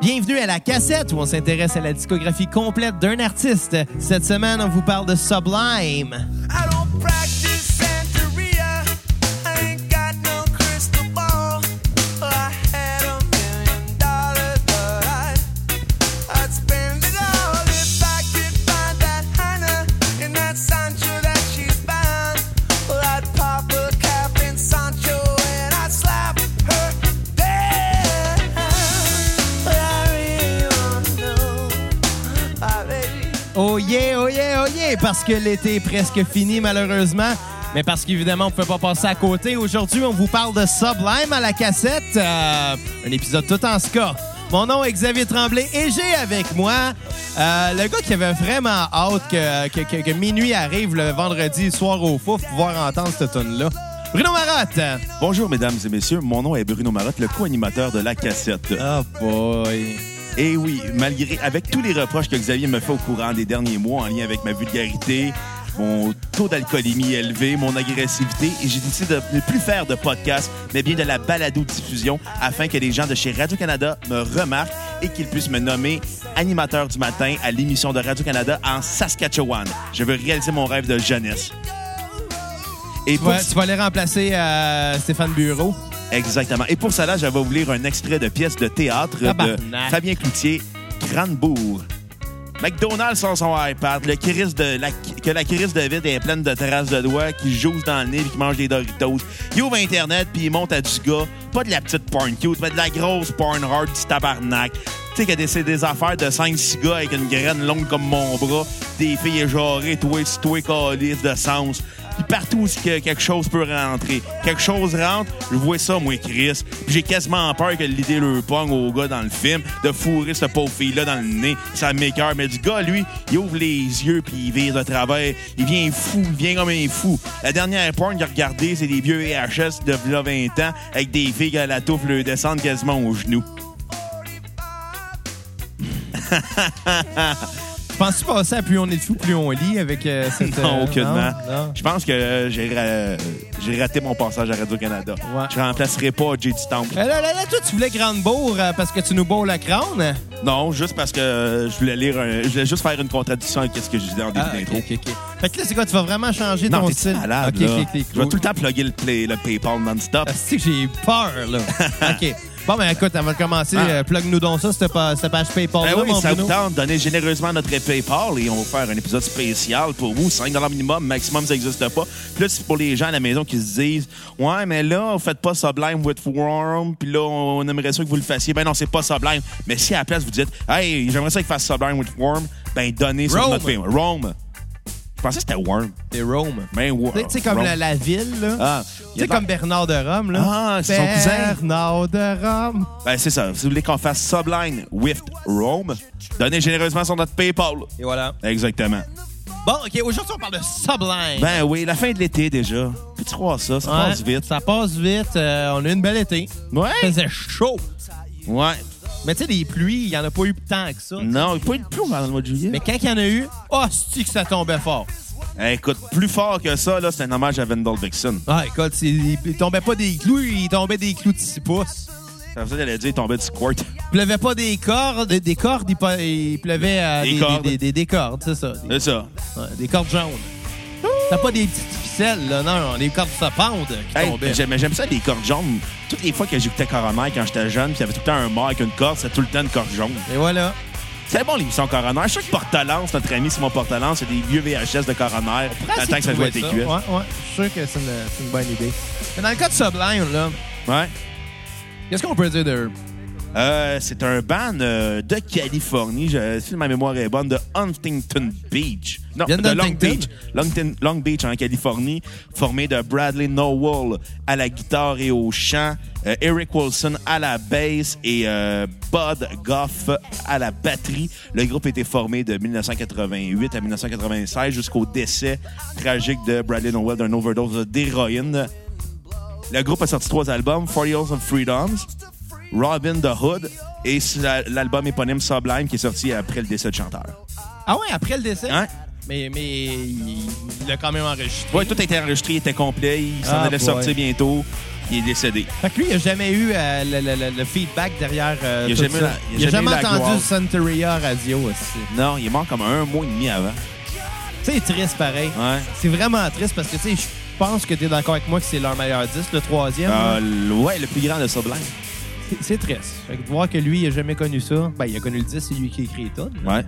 Bienvenue à la cassette où on s'intéresse à la discographie complète d'un artiste. Cette semaine, on vous parle de Sublime. I don't practice Santeria. I ain't got no crystal ball. I had a million dollars, but I I'd spend it all if I could find that Hannah and that Sancho that she's bound. Well, I'd pop a cap in Sancho and I'd slap her down. But I really wanna know, I really. Oh yeah, oh yeah, oh yeah, parce que l'été est presque fini malheureusement. Mais parce qu'évidemment, on ne peut pas passer à côté. Aujourd'hui, on vous parle de Sublime à la cassette. Euh, un épisode tout en ska. Mon nom est Xavier Tremblay et j'ai avec moi euh, le gars qui avait vraiment hâte que, que- que- que minuit arrive le vendredi soir au fouf pour pouvoir entendre cette tune-là. Bruno Marotte! Bonjour, mesdames et messieurs. Mon nom est Bruno Marotte, le co-animateur de La Cassette. Oh boy! Et oui, malgré, avec tous les reproches que Xavier me fait au courant des derniers mois en lien avec ma vulgarité, mon taux d'alcoolémie élevé, mon agressivité, et j'ai décidé de ne plus faire de podcast, mais bien de la balado-diffusion afin que les gens de chez Radio-Canada me remarquent et qu'ils puissent me nommer animateur du matin à l'émission de Radio-Canada en Saskatchewan. Je veux réaliser mon rêve de jeunesse. Et Tu pour- vas, tu vas aller remplacer euh, Stéphane Bureau. Exactement. Et pour cela, je vais vous lire un extrait de pièce de théâtre de Tabarnak. Fabien Cloutier, Cranbourg. McDonald's sans son iPad, le Chris de la, que la crise de vide est pleine de traces de doigts, qui joue dans le nez puis qui mange des Doritos. Il ouvre Internet puis il monte à du gars, pas de la petite porn cute, mais de la grosse porn hard du tabarnak. Tu sais qu'il y a des, c'est des affaires de 5-6 gars avec une graine longue comme mon bras, des filles éjarées, toi, toi, calice de sens. Puis partout où que quelque chose peut rentrer, quelque chose rentre, je vois ça, moi, Chris. Puis j'ai quasiment peur que l'idée le pogne au gars dans le film de fourrer cette pauvre fille-là dans le nez. Ça m'écœure. Mais du gars, lui, il ouvre les yeux puis il vise de travers. Il vient fou, il vient comme un fou. La dernière porn qu'il a regardée, c'est des vieux EHS de v'là 20 ans avec des filles qui, à la touffe le descendent quasiment aux genoux. Je pense-tu passer à plus on est fou, plus on lit avec euh, cette... Non, euh, aucunement. non, non. Je pense que euh, j'ai ra- j'ai raté mon passage à Radio-Canada. Ouais. Je remplacerai pas J.D. Temple. Euh, Là, là, là, toi, tu voulais Grandebourg euh, parce que tu nous bourres la crâne? Non, juste parce que euh, je voulais lire un- je voulais juste faire une contradiction avec ce que je disais en début Ah, d'intro. Fait que là, c'est quoi? Tu vas vraiment changer Non, ton t'es style? malade, Ok, là. ok, ok. Je vais tout le temps plugger le, play- le PayPal non-stop. Ah, C'est que j'ai peur, là. OK. Bon, ben écoute, avant de commencer, Ah. euh, plug-nous donc ça, cette pa- cette page PayPal. Ben là, oui, mon ça vous Bruno. tente, donnez généreusement notre PayPal et on va faire un épisode spécial pour vous. 5 minimum, maximum, ça n'existe pas. Plus pour les gens à la maison qui se disent Ouais, mais là, vous faites pas Sublime with Forum, puis là, on aimerait ça que vous le fassiez. Ben non, c'est pas Sublime. Mais si à la place vous dites Hey, j'aimerais ça qu'il fasse Sublime with Worm, ben donnez sur Rome. notre PayPal. Rome. Je pensais que c'était Worm. C'est Rome. Ben, Worm. Tu sais, c'est comme Rome. la, la ville, là. Ah, Tu sais, comme Bernard de Rome, là. Ah, c'est son cousin. Bernard de Rome. Ben, c'est ça. Si vous voulez qu'on fasse Sublime with Rome, donnez généreusement sur notre PayPal. Et voilà. Exactement. Bon, OK, aujourd'hui, on parle de Sublime. Ben oui, la fin de l'été déjà. Peux-tu croire ça? Ça Ouais, passe vite. Ça passe vite. Euh, on a eu une belle été. Ouais? faisait chaud. Ouais. Mais tu sais, les pluies, il n'y en a pas eu tant que ça. Non, il n'y a pas eu de pluie dans le mois de juillet. Mais quand il y en a eu, oh, c'est que ça tombait fort. Eh, écoute, plus fort que ça, là, c'est un hommage à Vendel Dixon. Ah, écoute, c'est- il il tombait pas des clous, il tombait des clous de 6 pouces. Ça faisait d'aller dire il tombait du squirt. Il pleuvait pas des cordes, des cordes, il, pe- il pleuvait euh, Des des, cordes. Euh. des- des- des cordes, c'est ça. Des, C'est ça. ouais, des cordes jaunes. T'as pas des petites ficelles, là, non, des cordes sapantes qui Hey, tombaient. j'aime, j'aime ça, les cordes jaunes. Toutes les fois que j'écoutais Coroner quand j'étais jeune, puis il y avait tout le temps un mort avec une corde, c'était tout le temps une corde jaune. Et voilà. C'est bon, l'émission Coroner. Je sais que Portalance, notre ami Simon Portalance, c'est des vieux VHS de Coroner. Dans le temps que ça jouait à Ouais, TQS. ouais. Je suis sûr que c'est une, c'est une bonne idée. Mais dans le cas de Sublime, là, Ouais. qu'est-ce qu'on peut dire de Euh, c'est un band euh, de Californie, je, si ma mémoire est bonne, de Huntington Beach. Non, Viennent de Long d'Huntington? Beach. Longton- Long Beach, en Californie, formé de Bradley Nowell à la guitare et au chant, euh, Eric Wilson à la basse et euh, Bud Goff à la batterie. Le groupe était formé de 1988 à 1996 jusqu'au décès tragique de Bradley Nowell d'un overdose d'héroïne. Le groupe a sorti trois albums, 40 Years of Freedoms, Robin the Hood et la- l'album éponyme Sublime qui est sorti après le décès du chanteur. Ah ouais, après le décès? Hein? Mais, mais il il l'a quand même enregistré. Ouais, tout était enregistré, il était complet, il s'en Ah, allait boy. sortir bientôt. il est décédé. Fait que lui, il n'a jamais eu euh, le, le- le- le feedback derrière euh, Il a tout jamais ça. la- il a il n'a jamais jamais eu la entendu gloire. le Santeria radio aussi. Non, il est mort comme un mois et demi avant. C'est triste pareil. Ouais. C'est vraiment triste parce que, tu sais, je pense que tu es d'accord avec moi que c'est leur meilleur disque, le troisième. Euh, le- ouais, le plus grand de Sublime. C'est- C'est triste. Fait que de voir que lui, il n'a jamais connu ça. Ben, il a connu le 10, c'est lui qui a écrit les tunes. Ouais.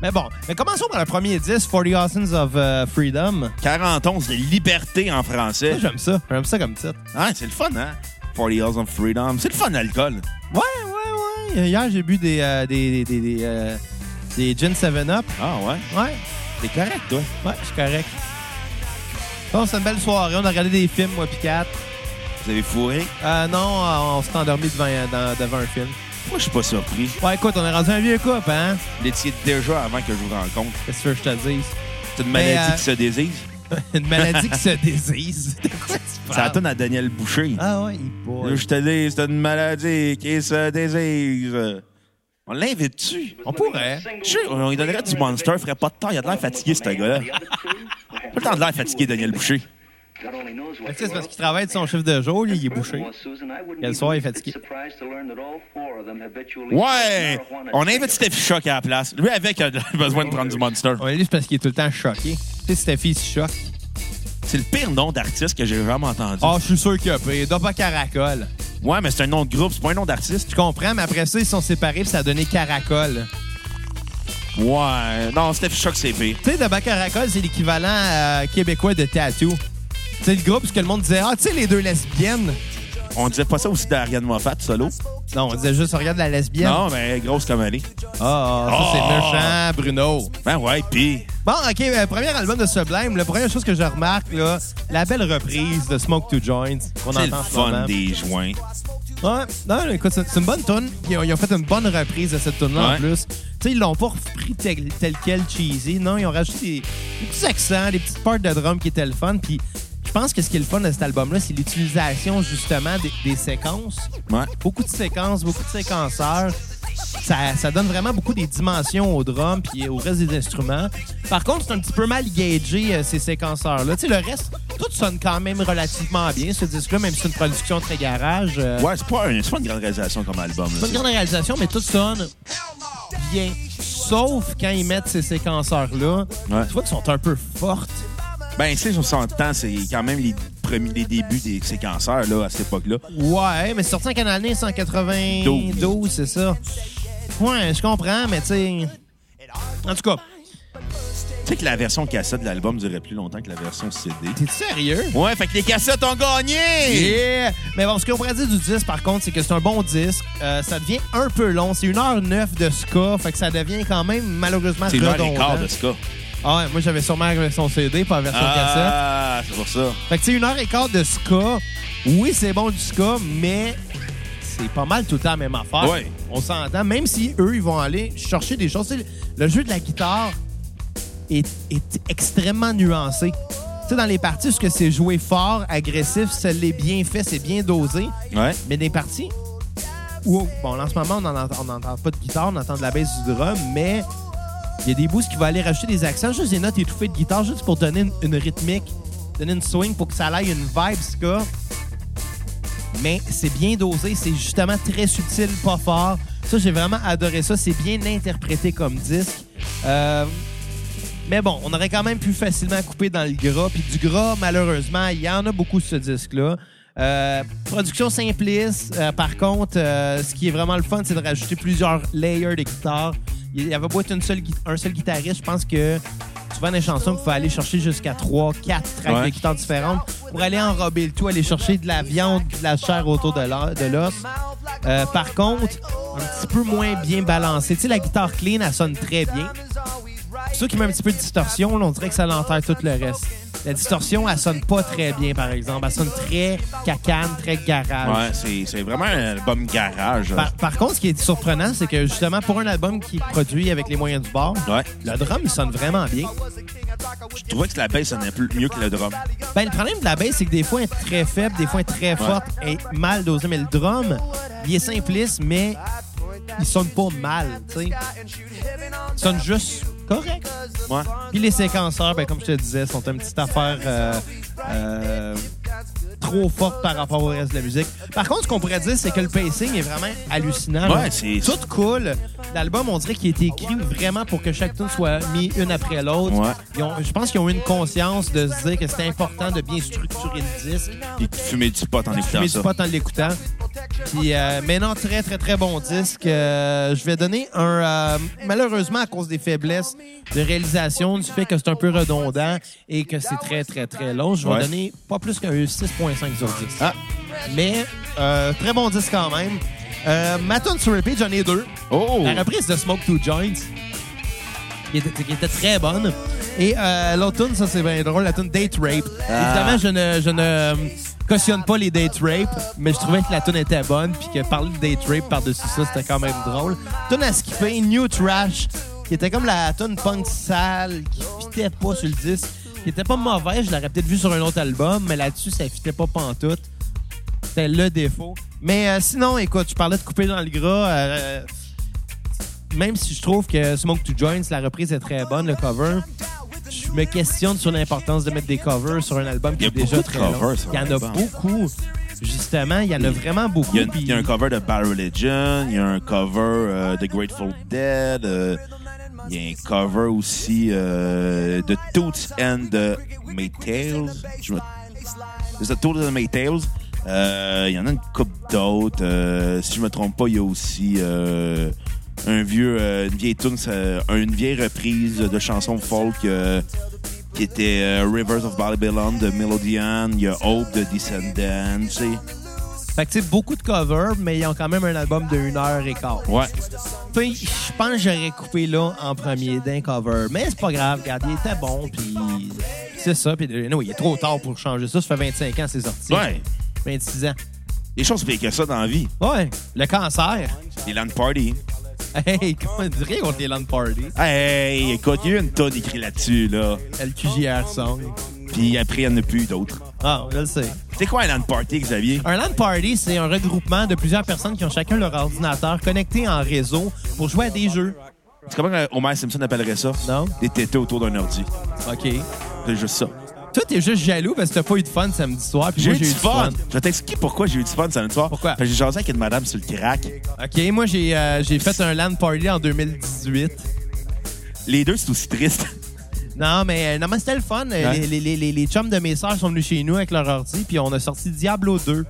Mais bon, mais commençons par le premier 10, 40 Oceans of euh, Freedom. 40 onces de liberté en français. Ça, j'aime ça. J'aime ça comme titre. Ouais, c'est le fun, hein? 40 Years of Freedom. C'est le fun, l'alcool. Ouais, ouais, ouais. Hier, j'ai bu des, euh, des, des, des, des, euh, des Gin 7-Up. Ah ouais? Ouais, T'es correct, toi. ouais, je suis correct. Bon, c'est une belle soirée. On a regardé des films, moi, pis Kat. Vous avez fourré? Euh, non, on on s'est endormi devant, euh, dans- devant un film. Moi, je suis pas surpris. Ouais, écoute, on est rendu un vieux couple, hein? Vous l'étiez déjà avant que je vous rencontre. Qu'est-ce que tu veux que je te dise? C'est une Mais, maladie euh, qui se désise. Une maladie qui se désise. De quoi tu Ça parles? donne à Daniel Boucher. Ah ouais, il boit. Je te dis, c'est une maladie qui se désise. On l'invite-tu? On pourrait. Je sais, on lui donnerait du Monster, il ferait pas de temps. Il a de l'air fatigué, ce gars-là. Pas le temps de l'air fatigué, Daniel Boucher. Mais tu sais, c'est parce qu'il travaille de son chiffre de jour, lui, il est bouché. Et le soir, il est fatigué. Ouais! On invite Steffi Choc à la place. Lui, avec, il a besoin de prendre du Monster. Ouais, lui, c'est parce qu'il est tout le temps choqué. Tu sais, Steffi, il se choque. C'est le pire nom d'artiste que j'ai jamais entendu. Ah, je suis sûr qu'il a pris. Dopa Caracol. Ouais, mais c'est un nom de groupe, c'est pas un nom d'artiste. Je comprends, mais après ça, ils sont séparés, puis ça a donné Caracol. Ouais. Non, Steffi Choc, c'est pire. Tu sais, Dopa Caracol, c'est l'équivalent euh, québécois de Tattoo. C'est le groupe, parce que le monde disait, ah, tu sais, les deux lesbiennes. On disait pas ça aussi d'Ariane Moffat, solo. Non, on disait juste, regarde la lesbienne. Non, mais grosse comme elle est. Ah, ah, ça, Oh! c'est méchant, Bruno. Ben ouais, pis. Bon, OK, euh, premier album de Sublime. La première chose que je remarque, là, la belle reprise de Smoke to Joints qu'on entend C'est le en ce fun moment. des joints. Ouais, non, écoute, c'est c'est une bonne tune. Ils, ont- ils ont fait une bonne reprise de cette tune-là en Ouais. plus. Tu sais, ils l'ont pas repris tel, tel quel cheesy. Non, ils ont rajouté des, des petits accents, des petites parts de drum qui étaient le fun. Puis je pense que ce qui est le fun de cet album-là, c'est l'utilisation justement des, des séquences. Ouais. Beaucoup de séquences, beaucoup de séquenceurs. Ça, ça donne vraiment beaucoup des dimensions au drum puis au reste des instruments. Par contre, c'est un petit peu mal gagé euh, ces séquenceurs-là. Tu sais, le reste, tout sonne quand même relativement bien, ce disque-là, même si c'est une production très garage. euh, Ouais, c'est pas, un- c'est pas une grande réalisation comme album. là. pas une grande réalisation, mais tout sonne bien. Sauf quand ils mettent ces séquenceurs-là. Ouais. Tu vois qu'ils sont un peu fortes. Ben, c'est sur son temps, c'est quand même les, premiers, les débuts des séquenceurs, là, à cette époque-là. Ouais, mais c'est sorti en quelle année? 192, c'est ça. Ouais, je comprends, mais tu sais... En tout cas, Tu sais que la version cassette de l'album durait plus longtemps que la version CD. t'es sérieux? Ouais, fait que les cassettes ont gagné! Yeah! Mais bon, ce qu'on pourrait dire du disque, par contre, c'est que c'est un bon disque. Euh, ça devient un peu long. C'est 1h09 de ska. Fait que ça devient quand même malheureusement C'est l'heure et redondant. quart de ce cas. Ah ouais, moi j'avais sûrement la version CD, pas la version cassette. Ah, c'est pour ça. Fait que tu sais, une heure et quart de ska. Oui, c'est bon du ska, mais c'est pas mal tout le temps la même affaire. Ouais. On s'entend. Même si eux, ils vont aller chercher des choses. Tu sais, Le jeu de la guitare est, est extrêmement nuancé. Tu sais, dans les parties, ce que c'est joué fort, agressif, ça l'est bien fait, c'est bien dosé. Ouais. Mais des parties où, bon, en ce moment, on n'entend pas de guitare, on entend de la baisse du drum, mais il y a des boosts qui vont aller rajouter des accents, juste des notes étouffées de guitare, juste pour donner une, une rythmique, donner une swing pour que ça aille une vibe, ce cas. Mais c'est bien dosé, c'est justement très subtil, pas fort. Ça, j'ai vraiment adoré ça. C'est bien interprété comme disque. Euh, mais bon, on aurait quand même pu facilement couper dans le gras. Puis du gras, malheureusement, il y en a beaucoup sur ce disque-là. Euh, production simpliste. Euh, par contre, euh, ce qui est vraiment le fun, c'est de rajouter plusieurs layers de guitare. Il y avait beau être une seule, gui- un seul guitariste, je pense que souvent dans les chansons, il faut aller chercher jusqu'à 3, 4 tracks Ouais. de guitare différentes pour aller enrober le tout, aller chercher de la viande, de la chair autour de l'os. de l'os. Euh, par contre, un petit peu moins bien balancé. Tu sais, la guitare clean, elle sonne très bien. Ceux qui met un petit peu de distorsion, là, on dirait que ça l'enterre tout le reste. La distorsion, elle sonne pas très bien, par exemple. Elle sonne très cacane, très garage. Ouais, c'est c'est vraiment un album garage. là. Par, par contre, ce qui est surprenant, c'est que justement, pour un album qui est produit avec les moyens du bord, Ouais. le drum, il sonne vraiment bien. Je trouvais que la baisse sonnait plus- mieux que le drum. Ben, le problème de la baisse, c'est que des fois, elle est très faible, des fois, elle est très forte, elle est mal dosée. Mais le drum, il est simpliste, mais il sonne pas mal, tu sais. Il sonne juste correct. Ouais. Puis les séquenceurs, ben, comme je te disais, sont une petite affaire euh, euh, trop forte par rapport au reste de la musique. Par contre, ce qu'on pourrait dire, c'est que le pacing est vraiment hallucinant. Ouais, là. c'est- Tout cool. L'album, on dirait qu'il est écrit vraiment pour que chaque tune soit mis une après l'autre. Ouais. Ils ont- Je pense qu'ils ont eu une conscience de se dire que c'était important de bien structurer le disque Puis fumer du pot en écoutant mais ça. du pot en l'écoutant. Puis euh, maintenant, très, très, très bon disque. Euh, je vais donner un... euh, malheureusement, à cause des faiblesses de réalisation, du fait que c'est un peu redondant et que c'est très, très, très long, je vais Ouais. donner pas plus qu'un 6.5 sur 10. Ah. Mais euh, très bon disque quand même. Euh, ma tune sur repeat, j'en ai deux. Oh! La reprise de Smoke to Joints, qui était, qui était très bonne. Et euh, l'autre tune, ça c'est bien drôle, la tune Date Rape. Ah. Évidemment, je ne, je ne euh, cautionne pas les Date Rape, mais je trouvais que la tune était bonne, puis que parler de Date Rape par-dessus ça, c'était quand même drôle. Tune à skipper, New Trash, qui était comme la tune punk sale, qui fitait pas sur le disque, qui était pas mauvaise, je l'aurais peut-être vu sur un autre album, mais là-dessus, ça fitait pas pantoute. C'était le défaut. Mais euh, sinon, écoute, tu parlais de couper dans le gras. euh, même si je trouve que Smoke to Joints, la reprise est très bonne, le cover, je me questionne sur l'importance de mettre des covers sur un album qui Il y a est déjà beaucoup de très long. covers sur Il y en a l'album. beaucoup. Justement, il y en a vraiment beaucoup. Il y, a, puis- il y a un cover de Bad Religion, il y a un cover euh, de Grateful Dead, euh, il y a un cover aussi euh, de Toots and the Maytales. Je me- C'est The Toots and the Maytales. Euh, il y en a une coupe d'autres. Euh, si je me trompe pas, il y a aussi euh, un vieux, euh, une vieille tune, euh, une vieille reprise de chanson folk. euh, qui était euh, Rivers of Babylon de Melodian, il y a Hope de Descendants, tu sais. Fait que, tu sais, beaucoup de covers, mais ils ont quand même un album de 1 heure et quart. Ouais. Puis, je pense que j'aurais coupé là en premier d'un cover. Mais c'est pas grave, regarde, il était bon, puis c'est ça. Puis, euh, non, il est trop tard pour changer ça. Ça fait 25 ans, c'est sorti. Ouais. 26 ans. Des choses pires que ça dans la vie. Ouais, le cancer. Les land parties. Hey, comment on dirait contre les land parties? Hey, écoute, il y a eu une tonne écrite là-dessus, là. LQJR song. Puis après, il n'y en a plus d'autres. Ah, je le sais. C'est quoi un land party, Xavier? Un LAN party, c'est un regroupement de plusieurs personnes qui ont chacun leur ordinateur connecté en réseau pour jouer à des jeux. C'est comment euh, Homer Simpson appellerait ça? Non. Des tétés autour d'un ordi. OK. C'est juste ça. Toi, t'es juste jaloux parce que t'as pas eu de fun samedi soir. puis J'ai moi, eu du fun. Je vais t'expliquer pourquoi j'ai eu du fun samedi soir. Pourquoi? Parce que J'ai jasé avec une madame sur le crack. OK, moi, j'ai euh, j'ai fait un LAN party en 2018. Les deux, c'est aussi triste. Non, mais, euh, non, mais c'était le fun. Euh, Ouais. Les, les- les- les- les chums de mes sœurs sont venus chez nous avec leur ordi, puis on a sorti Diablo 2.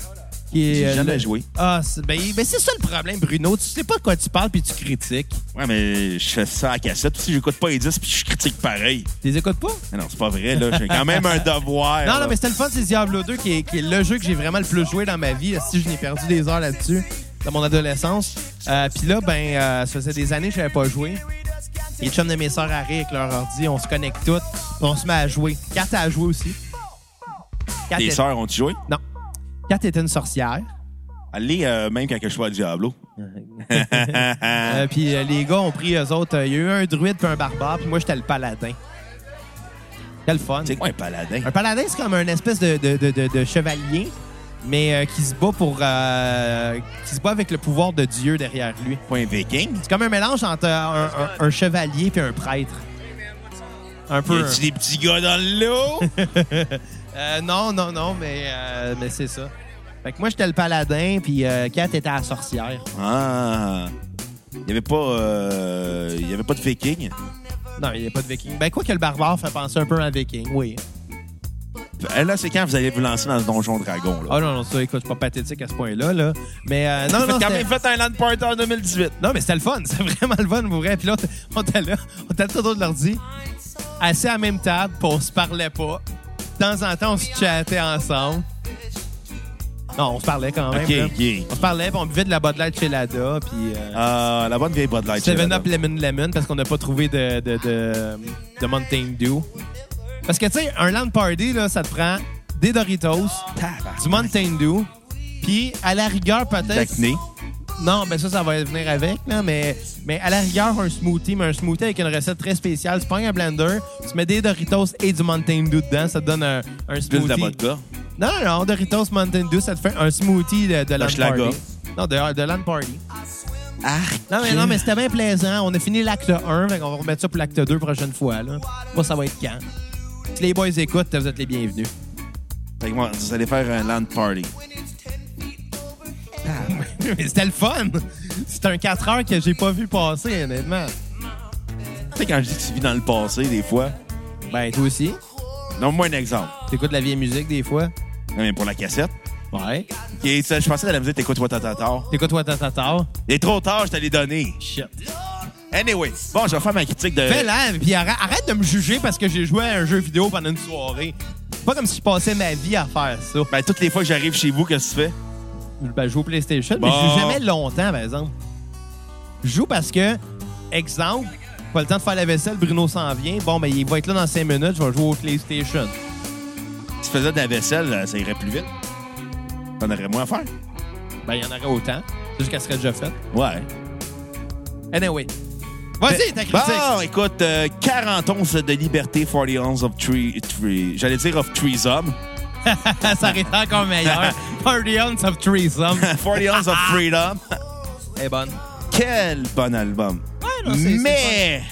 qui est, J'ai euh, jamais le- joué. Ah, c'est- ben, ben, c'est ça le problème, Bruno. Tu sais pas de quoi tu parles, puis tu critiques. Ouais, mais je fais ça à cassette. Aussi, j'écoute pas les disques, puis je critique pareil. Tu les écoutes pas? Mais non, c'est pas vrai, là. J'ai quand même un devoir. Non, là. non, mais c'était le fun, c'est Diablo 2 qui est, qui est le jeu que j'ai vraiment le plus joué dans ma vie. Si je n'ai perdu des heures là-dessus, dans mon adolescence. Euh, Puis là, ben, euh, ça faisait des années que je n'avais pas joué. Les chums de mes sœurs arrivent avec leur ordi, on se connecte toutes, on se met à jouer. Kat a joué aussi. Kat, Tes est- sœurs ont-tu joué? Non. Kat était une sorcière. Allez, euh, même quand je joue à Diablo. Euh, Puis euh, les gars ont pris eux autres. euh, Il y a eu un druide puis un barbare, puis moi, j'étais le paladin. Quel fun. C'est quoi un paladin? Un paladin, c'est comme un espèce de, de- de- de- de chevalier, mais euh, qui se bat pour. euh, qui se bat avec le pouvoir de Dieu derrière lui. Pas un viking? C'est comme un mélange entre euh, un, un- un chevalier puis un prêtre. Un Y peu. a-tu des petits gars dans le lot? Euh, non, non, non, mais, euh, mais c'est ça. Fait que moi, j'étais le paladin, puis euh, Kat était la sorcière. ah! Il avait pas... euh, y avait pas de viking? Non, il n'y a pas de viking. Ben, quoi que le barbare fait penser un peu à un viking, oui. Euh, Là, c'est quand vous allez vous lancer dans le donjon dragon, là. Ah non, non, ça, écoute, je suis pas pathétique à ce point-là, là. Mais euh, non, non, Vous faites quand c'était- même fait un land party en 2018. Non, mais c'était le fun. C'était vraiment le fun, pour vrai. Puis là, on était là, on était tout autour de l'ordi, assis à la même table, puis on se parlait pas. De temps en temps, on se chattait ensemble. Non, on se parlait quand même. OK, là. OK. On se parlait, puis on buvait de la Bud Light chez Lada, puis... Euh, Euh, la bonne vieille Bud Light. Seven là, Up Lemon Lemon parce qu'on n'a pas trouvé de, de, de, de Mountain Dew. Parce que, tu sais, un land party, là, ça te prend des Doritos, Tabarnak. du Mountain Dew, puis à la rigueur, peut-être... L'acné. Non, ben ça, ça va venir avec, là, mais, mais à la rigueur, un smoothie, mais un smoothie avec une recette très spéciale. Tu prends un blender, tu mets des Doritos et du Mountain Dew dedans, ça te donne un, un Plus smoothie. de la vodka. Non, non, non, Doritos, Mountain Dew, ça te fait un smoothie de, de land Schlager. party. Non, de, de land party. Arc. Non, mais, non, mais c'était bien plaisant. On a fini l'acte 1, on va remettre ça pour l'acte 2 prochaine fois. Là. Moi, ça va être quand? Si les boys écoutent, vous êtes les bienvenus. Fait que moi, vous allez faire un land party. Mais c'était le fun. C'est un 4 heures que j'ai pas vu passer, honnêtement. Tu sais, quand je dis que tu vis dans le passé, des fois, Ben, toi aussi. donne-moi un exemple. T'écoutes la vieille musique des fois? Non, mais pour la cassette. Ouais. Et ça, je pensais à la musique, t'écoutes Watatata. T'écoutes Watatata? Il est trop tard, je t'allais donner. Shit. Anyway, bon, je vais faire ma critique de. Fais-la, puis arrête, arrête de me juger parce que j'ai joué à un jeu vidéo pendant une soirée. C'est pas comme si je passais ma vie à faire ça. Ben, toutes les fois que j'arrive chez vous, qu'est-ce que tu fais? Ben, je joue au PlayStation, mais Bon. je joue jamais longtemps, par exemple. Je joue parce que, exemple, pas le temps de faire la vaisselle, Bruno s'en vient. Bon, ben, il va être là dans 5 minutes, je vais jouer au PlayStation. Si tu faisais de la vaisselle, euh, ça irait plus vite. T'en aurais moins à faire. Ben, il y en aurait autant. C'est juste qu'elle serait déjà faite. Ouais. Anyway. Vas-y, ta critique. Bon, écoute, euh, 40 onces de liberté, 40 onces of tree... tree- J'allais dire of treason. ça aurait été encore meilleur. Party on of threesome. 40 onces of freedom. Elle est bonne. Quel bon album. Ouais, Mais...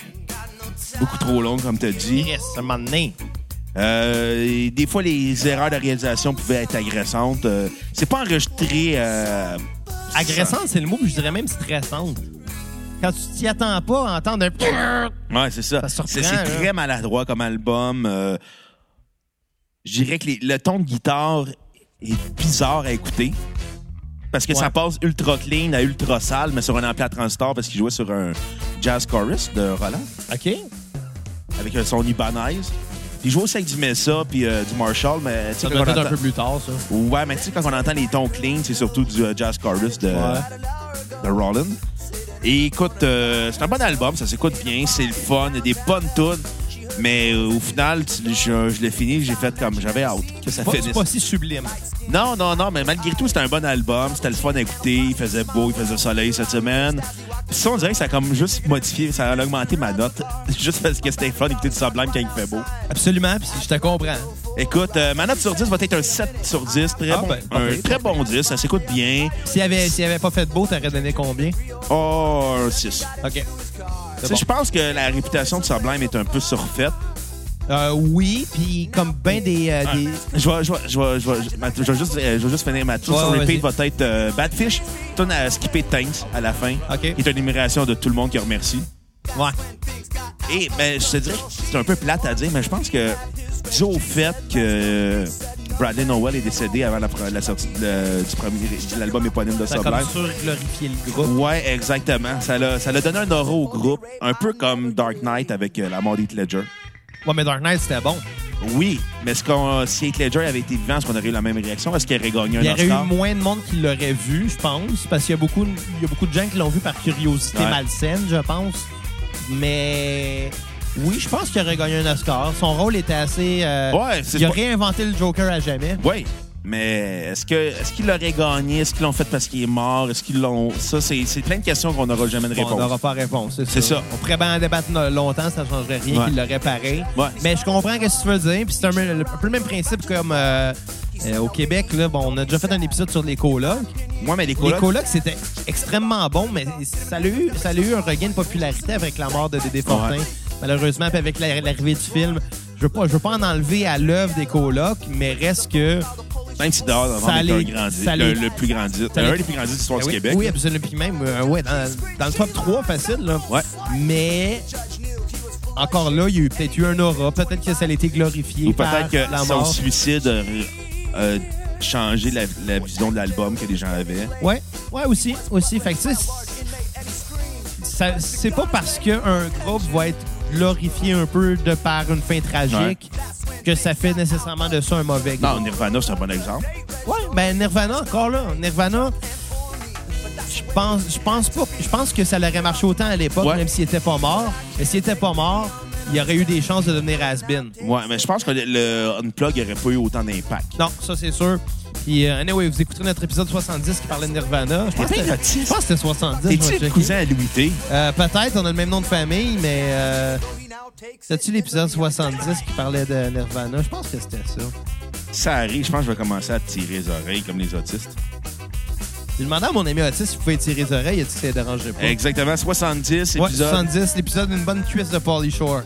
Beaucoup trop long, comme t'as dit. Yes, à un moment donné. Euh, et des fois, les erreurs de réalisation pouvaient être agressantes. Euh, c'est pas enregistré. euh, Agressante, c'est le mot, puis je dirais même stressante. Quand tu t'y attends pas, entendre un... sans- Ouais, c'est ça. Ça surprend, c'est c'est là. très maladroit comme album. Euh, Je dirais que les- le ton de guitare est bizarre à écouter. Parce que Ouais. ça passe ultra clean à ultra sale, mais sur un ampli à transistor parce qu'il jouait sur un jazz chorus de Roland OK. avec un son Ibanez. Puis il jouait aussi avec du Mesa puis euh, du Marshall, mais tu sais, Ça quand doit on être un entend- peu plus tard, ça. Ouais, mais tu sais, quand on entend les tons clean, c'est surtout du euh, jazz chorus de, de Rollin. Et écoute, euh, c'est un bon album, ça s'écoute bien, c'est le fun, il y a des bonnes tunes. Mais euh, au final, tu- je, je l'ai fini, j'ai fait comme j'avais hâte que ça Pas- finisse. C'est pas si sublime. Non, non, non, mais malgré tout, c'était un bon album, c'était le fun à écouter, il faisait beau, il faisait soleil cette semaine. Puis ça, on dirait que ça a comme juste modifié, ça a augmenté ma note, juste parce que c'était fun d'écouter du Sublime quand il fait beau. Absolument, puis je te comprends. Écoute, euh, ma note sur 10 va être un 7 sur 10. Très Ah, bon, ben, pas un pire, très bon 10. Ça s'écoute bien. S'il avait, s'il avait pas fait beau, t'aurais donné combien? Oh, un 6. OK. Tu C'est sais, bon. Je pense que la réputation de Sublime est un peu surfaite. Euh, oui, puis comme ben des... euh, des- Je vais, je vais- je vais- je vais- ma- je vais juste, euh, je vais juste finir ma tune. Ouais, sur ouais, repeat vas-y. va être euh, Badfish. Tune à skipper Thanks à la fin. OK. Qui est une admiration de tout le monde qui remercie. Ouais. Et ben, je te dirais que c'est un peu plate à dire, mais je pense que dû au fait que Bradley Noel est décédé avant la, pre- la sortie de, du premier de l'album éponyme de Ça a comme Sublime. surglorifié le groupe. Ouais, exactement. Ça l'a, ça l'a donné un aura au groupe, un peu comme Dark Knight avec euh, la mort d'Heath Ledger. Ouais, mais Dark Knight, c'était bon. Oui, mais ce qu'on, si Heath Ledger avait été vivant, est-ce qu'on aurait eu la même réaction? Est-ce qu'il aurait gagné un Il y aurait Oscar? eu moins de monde qui l'aurait vu, je pense, parce qu'il y a beaucoup, il y a beaucoup de gens qui l'ont vu par curiosité Ouais. malsaine, je pense. Mais oui, je pense qu'il aurait gagné un Oscar. Son rôle était assez. euh, Ouais, c'est il a pas- réinventé le Joker à jamais. Oui, mais est-ce, que, est-ce qu'il l'aurait gagné? Est-ce qu'ils l'ont fait parce qu'il est mort? Est-ce qu'ils l'ont... Ça, c'est, c'est plein de questions qu'on n'aura jamais de Bon, on réponse. n'aura pas réponse, c'est ça. C'est ça. On pourrait bien en débattre no- longtemps, ça ne changerait rien Ouais. qu'il l'aurait pareil. Ouais. Mais je comprends ce que tu veux dire. Puis c'est un, peu- un peu le même principe comme euh, euh, au Québec. Là, bon, on a déjà fait un épisode sur les colocs. Moi, mais les Les colocs... colocs, c'était extrêmement bon, mais ça a, eu, ça a eu un regain de popularité avec la mort de Dédé Fortin. Ouais. Malheureusement, puis avec la- l'arrivée du film, je veux pas, je veux pas en enlever à l'œuvre des colocs, mais reste que même si dehors, avant, Ça était un les- grand disque, ça le, les- le plus grand disque, ça les- un des plus grands disques de l'histoire Ben du oui, Québec. Oui, absolument. Puis même, euh, ouais, dans, dans le top 3, facile. Là. Ouais. Mais encore là, il y a eu peut-être eu un aura. Peut-être que ça a été glorifié Ou par peut-être que la son mort. suicide a euh, changé la, la vision de l'album que les gens avaient. Ouais, ouais aussi, aussi. Fait que tu sais, ça- c'est pas parce qu'un groupe va être glorifié un peu de par une fin tragique que ça fait nécessairement de ça un mauvais groupe. Non, Nirvana, c'est un bon exemple. Ouais, ben Nirvana, encore là. Nirvana, je pense, je pense pas. Je pense que ça l'aurait marché autant à l'époque, Ouais. même s'il était pas mort. Mais s'il était pas mort, il y aurait eu des chances de devenir has-been. Ouais, mais je pense que le, le Unplug n'aurait pas eu autant d'impact. Non, ça c'est sûr. Puis, euh, anyway, vous écouterez notre épisode 70 qui parlait de Nirvana. Je pense que T'es bien c'était- autiste. je pense que c'était 70. je vais T'es-tu le checker. cousin à Louis T? Euh, Peut-être, on a le même nom de famille, mais euh, c'était-tu l'épisode 70 qui parlait de Nirvana? Je pense que c'était ça. Ça arrive, je pense que je vais commencer à tirer les oreilles comme les autistes. J'ai demandé à mon ami Otis s'il pouvait tirer les oreilles. Il a dit que ça ne dérangeait pas. Exactement, 70 Ouais, épisodes. 70, l'épisode d'une bonne cuisse de Pauly Shore.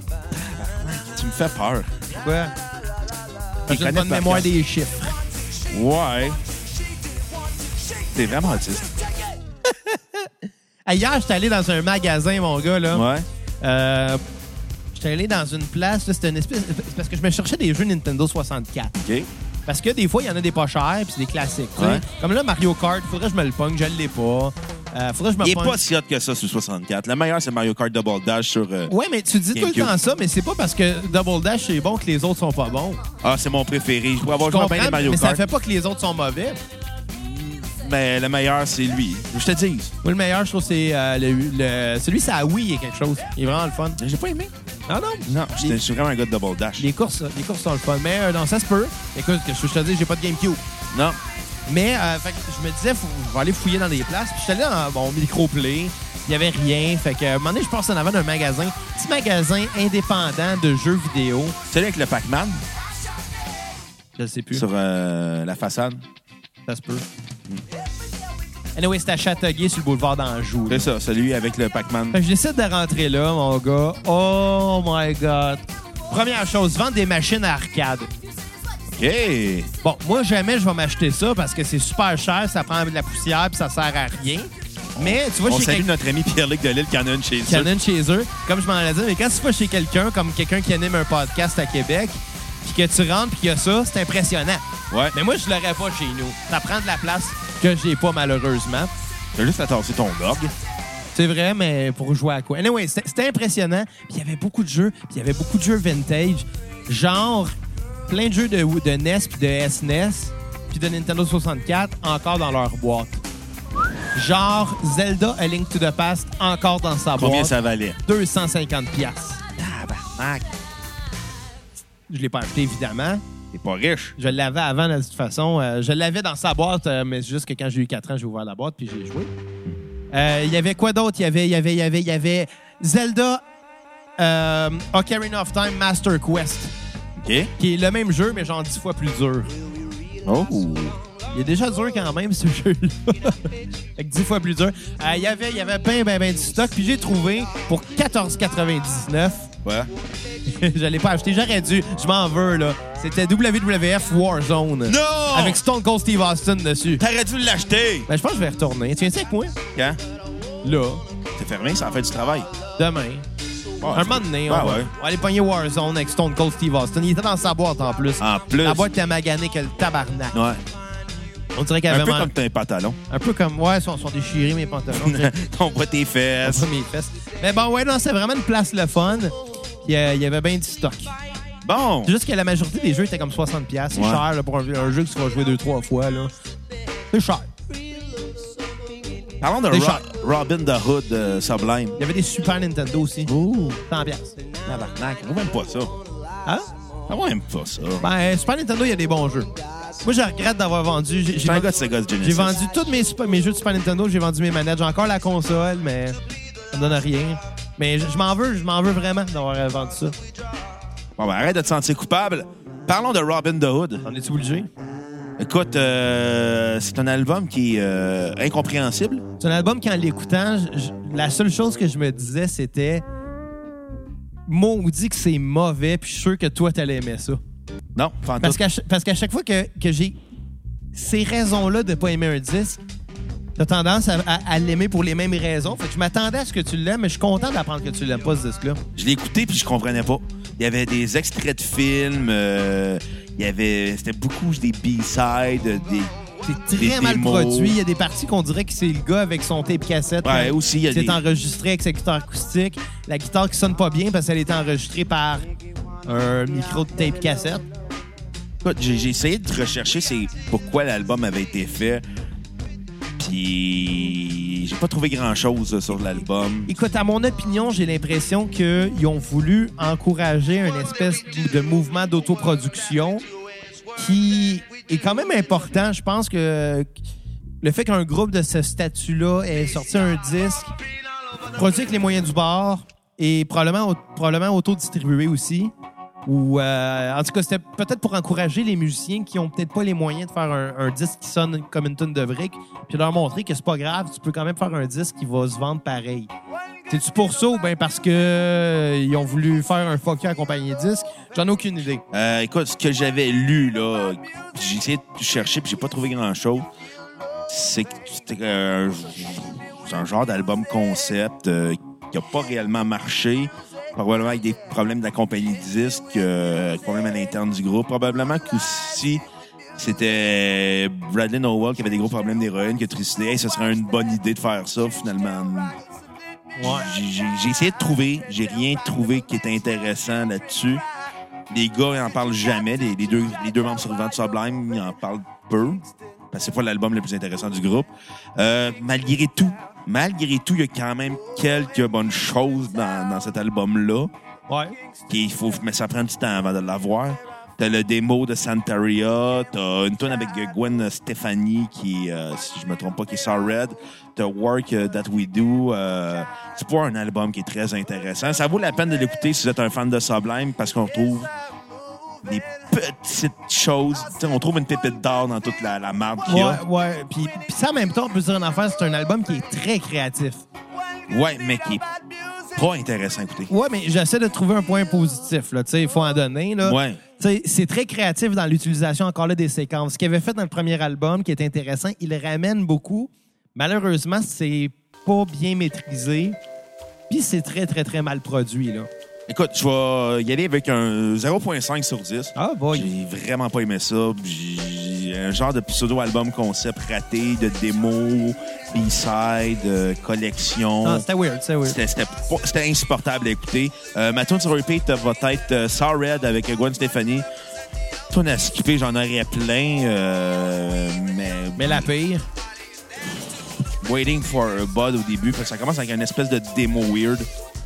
Tu me fais peur. Quoi? J'ai connais une bonne par mémoire cœur. des chiffres. Ouais. T'es vraiment autiste. Hey, Hier, j'étais allé dans un magasin, mon gars, là. Ouais. Euh, j'étais allé dans une place, là, c'était une espèce. c'est Parce que je me cherchais des jeux Nintendo 64. OK. Parce que des fois, il y en a des pas chers, puis c'est des classiques. tu sais. Ouais. Comme là, Mario Kart, faudrait que je me le pogne, je l'ai pas. Euh, faudrait que je Il me est pogne. pas si hot que ça sur 64. Le meilleur, c'est Mario Kart Double Dash sur. euh, Ouais, mais tu dis tout le GameCube. temps ça, mais c'est pas parce que Double Dash est bon que les autres sont pas bons. Ah, c'est mon préféré. Je pourrais Je avoir joué comprends, à bien les Mario mais ça Kart. fait pas que les autres sont mauvais. Mais le meilleur, c'est lui. Je te dis. Moi, le meilleur, je trouve, c'est euh, le, le- celui, c'est à Wii, il y a quelque chose. Il est vraiment le fun. J'ai pas aimé. Non, non. Non, j'étais- je suis vraiment un gars de Double Dash. Les courses, les courses sont le fun. Mais euh, non, ça se peut. Écoute, que je je te dis, j'ai pas de GameCube. Non. Mais euh, fait que je me disais, faut, je vais aller fouiller dans des places. Puis je suis allé dans mon microplay. Il n'y avait rien. Fait que, à un moment donné, je passe en avant d'un magasin. Petit magasin indépendant de jeux vidéo. Celui avec le Pac-Man Je ne sais plus. sur euh, la façade. Ça se peut. Mm. Anyway, c'était à Châteauguay, sur le boulevard d'Anjou. là. C'est ça, celui avec le Pac-Man. Fait que je décide de rentrer là, mon gars. Oh my God. Première chose, vendre des machines à arcade. OK. Bon, moi, jamais je vais m'acheter ça parce que c'est super cher, ça prend de la poussière puis ça sert à rien. Mais tu vois, On chez salue quelqu'un notre ami Pierre-Luc de Lille qui en a une chez qui ça. en a une chez eux, comme je m'en ai dit, mais quand tu vas chez quelqu'un, comme quelqu'un qui anime un podcast à Québec, puis que tu rentres puis qu'il y a ça, c'est impressionnant. Ouais. Mais moi, je l'aurais pas chez nous. Ça prend de la place que j'ai pas, malheureusement. T'as juste à tasser ton orgue. C'est vrai, mais pour jouer à quoi? Anyway, c'était c'était impressionnant. Puis il y avait beaucoup de jeux. Puis il y avait beaucoup de jeux vintage. Genre, plein de jeux de, de NES, puis de SNES, puis de Nintendo 64, encore dans leur boîte. Genre, Zelda A Link to the Past, encore dans sa Combien boîte. ça valait? 250 pièces. Tabarnak. Je l'ai pas acheté, évidemment. T'es pas riche. Je l'avais avant, de toute façon. Euh, je l'avais dans sa boîte, euh, mais c'est juste que quand j'ai eu 4 ans, j'ai ouvert la boîte puis j'ai joué. Euh, Il y avait quoi d'autre? Il y avait, il y avait, il y avait, il y avait Zelda euh, Ocarina of Time Master Quest, OK. qui est le même jeu, mais genre 10 fois plus dur. Oh. Il est déjà dur quand même, ce jeu-là. fait que 10 fois plus dur. Euh, Il y avait, il y avait ben, ben, ben du stock, puis j'ai trouvé pour 14,99. Ouais. je l'ai pas acheté, j'aurais dû. Je m'en veux, là. C'était WWF Warzone. Non! Avec Stone Cold Steve Austin dessus. T'aurais dû l'acheter. Ben, je pense que je vais retourner. Tu viens avec moi? Quand? Là, T'es fermé, ça en fait du travail. demain. Bon, un moment donné, ben on, va, ouais. on va aller pogner Warzone avec Stone Cold Steve Austin. Il était dans sa boîte en plus. En plus. La boîte était maganée que le tabarnak. Ouais. On dirait qu'elle Un avait peu man- comme tes pantalons. un peu comme moi, ils sont, sont déchirés mes pantalons. On dirait- On voit tes on fesses. dirait mes fesses. Mais bon, ouais, non, c'est vraiment une place le fun. Puis, euh, Il y avait bien du stock. C'est Bon. juste que la majorité des jeux étaient comme 60$. piastres. C'est Ouais. cher là, pour un, un jeu que tu vas jouer deux, trois fois. là. C'est cher. Parlons de Des Ro- chars. Robin the Hood euh, Sublime. Il y avait des Super Nintendo aussi. Oh. 100$. piastres. Tabarnak. On voit même pas ça. Ah, Hein? On voit même pas ça. Ben, Super Nintendo, il y a des bons jeux. Moi, je regrette d'avoir vendu. J'ai J'ai j'ai un vendu, gars de Sega Genesis. j'ai vendu tous mes, super- mes jeux de Super Nintendo, j'ai vendu mes manettes, j'ai encore la console, mais ça me donne rien. Mais je, je m'en veux, je m'en veux vraiment d'avoir euh, vendu ça. Bon, ben, arrête de te sentir coupable. Parlons de Robin the Hood. On est-tu obligé? Écoute, euh, c'est un album qui est euh, incompréhensible. C'est un album qu'en l'écoutant, je- je- la seule chose que je me disais, c'était maudit que c'est mauvais, puis je suis sûr que toi, t'allais aimer ça. Non, pas en Parce tout. qu'à, ch- parce qu'à chaque fois que, que j'ai ces raisons-là de pas aimer un disque, t'as tendance à, à- à l'aimer pour les mêmes raisons. Fait que je m'attendais à ce que tu l'aimes, mais je suis content d'apprendre que tu l'aimes pas, ce disque-là. Je l'ai écouté puis je comprenais pas. Il y avait des extraits de films, euh, il y avait c'était beaucoup des B-sides, des C'est Des très mal démos. produit. Il y a des parties qu'on dirait que c'est le gars avec son tape cassette. Ouais, euh, aussi, il y a qui s'est des- enregistré avec sa guitare acoustique. La guitare qui sonne pas bien parce qu'elle est enregistrée par un micro de tape cassette. Écoute, j'ai j'ai essayé de rechercher c'est pourquoi l'album avait été fait. Puis j'ai pas trouvé grand-chose sur l'album. Écoute, à mon opinion, j'ai l'impression qu'ils ont voulu encourager une espèce de de mouvement d'autoproduction qui est quand même important. Je pense que le fait qu'un groupe de ce statut-là ait sorti un disque, produit avec les moyens du bord et probablement, au- probablement auto-distribué aussi, ou euh, en tout cas, c'était peut-être pour encourager les musiciens qui ont peut-être pas les moyens de faire un, un disque qui sonne comme une tonne de briques, puis leur montrer que c'est pas grave, tu peux quand même faire un disque qui va se vendre pareil. C'est-tu pour ça ou bien parce que euh, ils ont voulu faire un fuck you à compagnie disque? J'en ai aucune idée. Euh, écoute, ce que j'avais lu, là, j'ai essayé de chercher puis j'ai pas trouvé grand-chose. C'est que c'était, euh, c'est un genre d'album concept euh, qui a pas réellement marché. Probablement avec des problèmes de la compagnie disque, euh, problèmes à l'interne du groupe. Probablement qu'aussi, c'était Bradley Nowell qui avait des gros problèmes d'héroïne, qui a décidé, hey, ce serait une bonne idée de faire ça, finalement. J'ai- J'ai j'ai essayé de trouver, j'ai rien trouvé qui est intéressant là-dessus. Les gars ils en parlent jamais. Les, les deux, les deux membres survivants de Sublime ils en parlent peu. Parce que c'est pas l'album le plus intéressant du groupe. Euh, malgré tout, malgré tout, il y a quand même quelques bonnes choses dans, dans cet album-là. Ouais. Qui- il faut, mais ça prend du temps avant de l'avoir. T'as le démo de Santaria, t'as une tonne avec Gwen Stefani qui, euh, si je me trompe pas, qui sort Red. T'as Work euh, That We Do. euh, c'est pas un album qui est très intéressant. Ça vaut la peine de l'écouter si vous êtes un fan de Sublime parce qu'on trouve des petites choses. T'sais, on trouve une pépite d'or dans toute la, la marde qu'il y Ouais, a. ouais. Puis, puis ça, en même temps, on peut se dire une affaire, c'est un album qui est très créatif. Ouais, mais qui est pas intéressant à écouter. Ouais, mais j'essaie de trouver un point positif. là. Tu sais, Il faut en donner. Là. Ouais. Tu sais, C'est très créatif dans l'utilisation encore là des séquences. Ce qu'il avait fait dans le premier album, qui est intéressant, il le ramène beaucoup. Malheureusement, c'est pas bien maîtrisé. Puis c'est très, très, très mal produit. Là. Écoute, je vais y aller avec un 0.5 sur 10. Ah, boy. J'ai vraiment pas aimé ça. J'ai un genre de pseudo-album concept raté, de démo, B-side, euh, collection. Non, Ah, C'était weird, c'était weird. C'était- C'était pas- c'était insupportable à écouter. Euh, ma tune sur repeat va être euh, Sour Red avec Gwen Stefani. Tune à skipper, j'en aurais plein, euh, mais... Mais la pire. Waiting for a Bud au début, parce que ça commence avec une espèce de démo weird.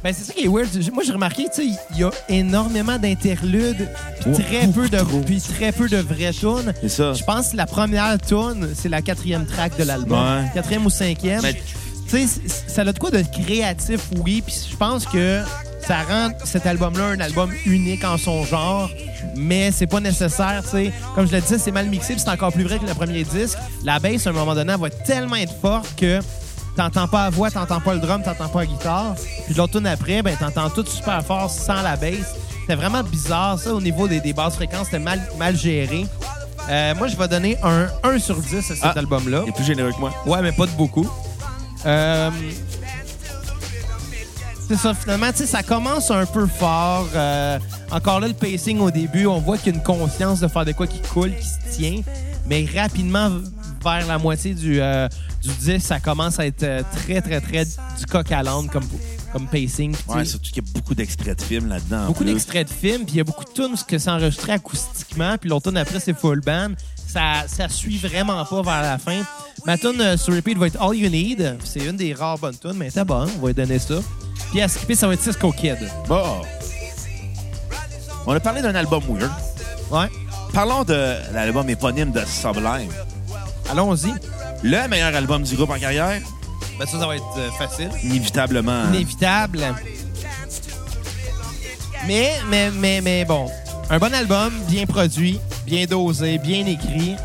Ben, c'est ça qui est weird. J'ai- Moi, j'ai remarqué, tu sais, il y a énormément d'interludes, puis Ouais, très peu de, puis très peu de vraies tunes. C'est ça. Je pense que la première tune, c'est la quatrième track de l'album. Ouais. Quatrième ou cinquième. Mais- Tu sais, c- c- ça a de quoi de créatif, oui, puis je pense que ça rend cet album-là un album unique en son genre, mais c'est pas nécessaire, tu sais. Comme je le disais, c'est mal mixé, puis c'est encore plus vrai que le premier disque. La bass, à un moment donné, elle va tellement être forte que t'entends pas la voix, t'entends pas le drum, t'entends pas la guitare. Puis l'autre tune après, ben t'entends tout super fort sans la bass. C'était vraiment bizarre, ça, au niveau des, des basses fréquences, c'était mal, mal géré. Euh, moi, je vais donner un 1 sur 10 à cet Ah. album-là. Il est plus généreux que moi. Ouais, mais pas de beaucoup. Euh, c'est ça, finalement, tu sais, ça commence un peu fort. Euh, encore là, le pacing au début, on voit qu'il y a une confiance de faire de quoi qui coule, qui se tient. Mais rapidement, vers la moitié du, euh, du 10, ça commence à être euh, très, très, très du coq à l'âne comme, comme pacing. Puis, tu Ouais, sais, surtout qu'il y a beaucoup d'extraits de films là-dedans. en beaucoup plus. d'extraits de films, puis il y a beaucoup de tunes que c'est enregistré acoustiquement, puis l'automne après, c'est full band. Ça, ça suit vraiment pas vers la fin. Ma tune euh, sur repeat va être All You Need. C'est une des rares bonnes tunes, mais elle était bonne. On va lui donner ça. Puis à skipper, ça va être Cisco Kid. Bon. Bah! On a parlé d'un album weird. Ouais. Parlons de l'album éponyme de Sublime. Allons-y. Le meilleur album du groupe en carrière, Ben, ça, ça va être euh, facile. inévitablement. Inévitable. Mais, mais, mais, mais bon. Un bon album, bien produit, bien dosé, bien écrit.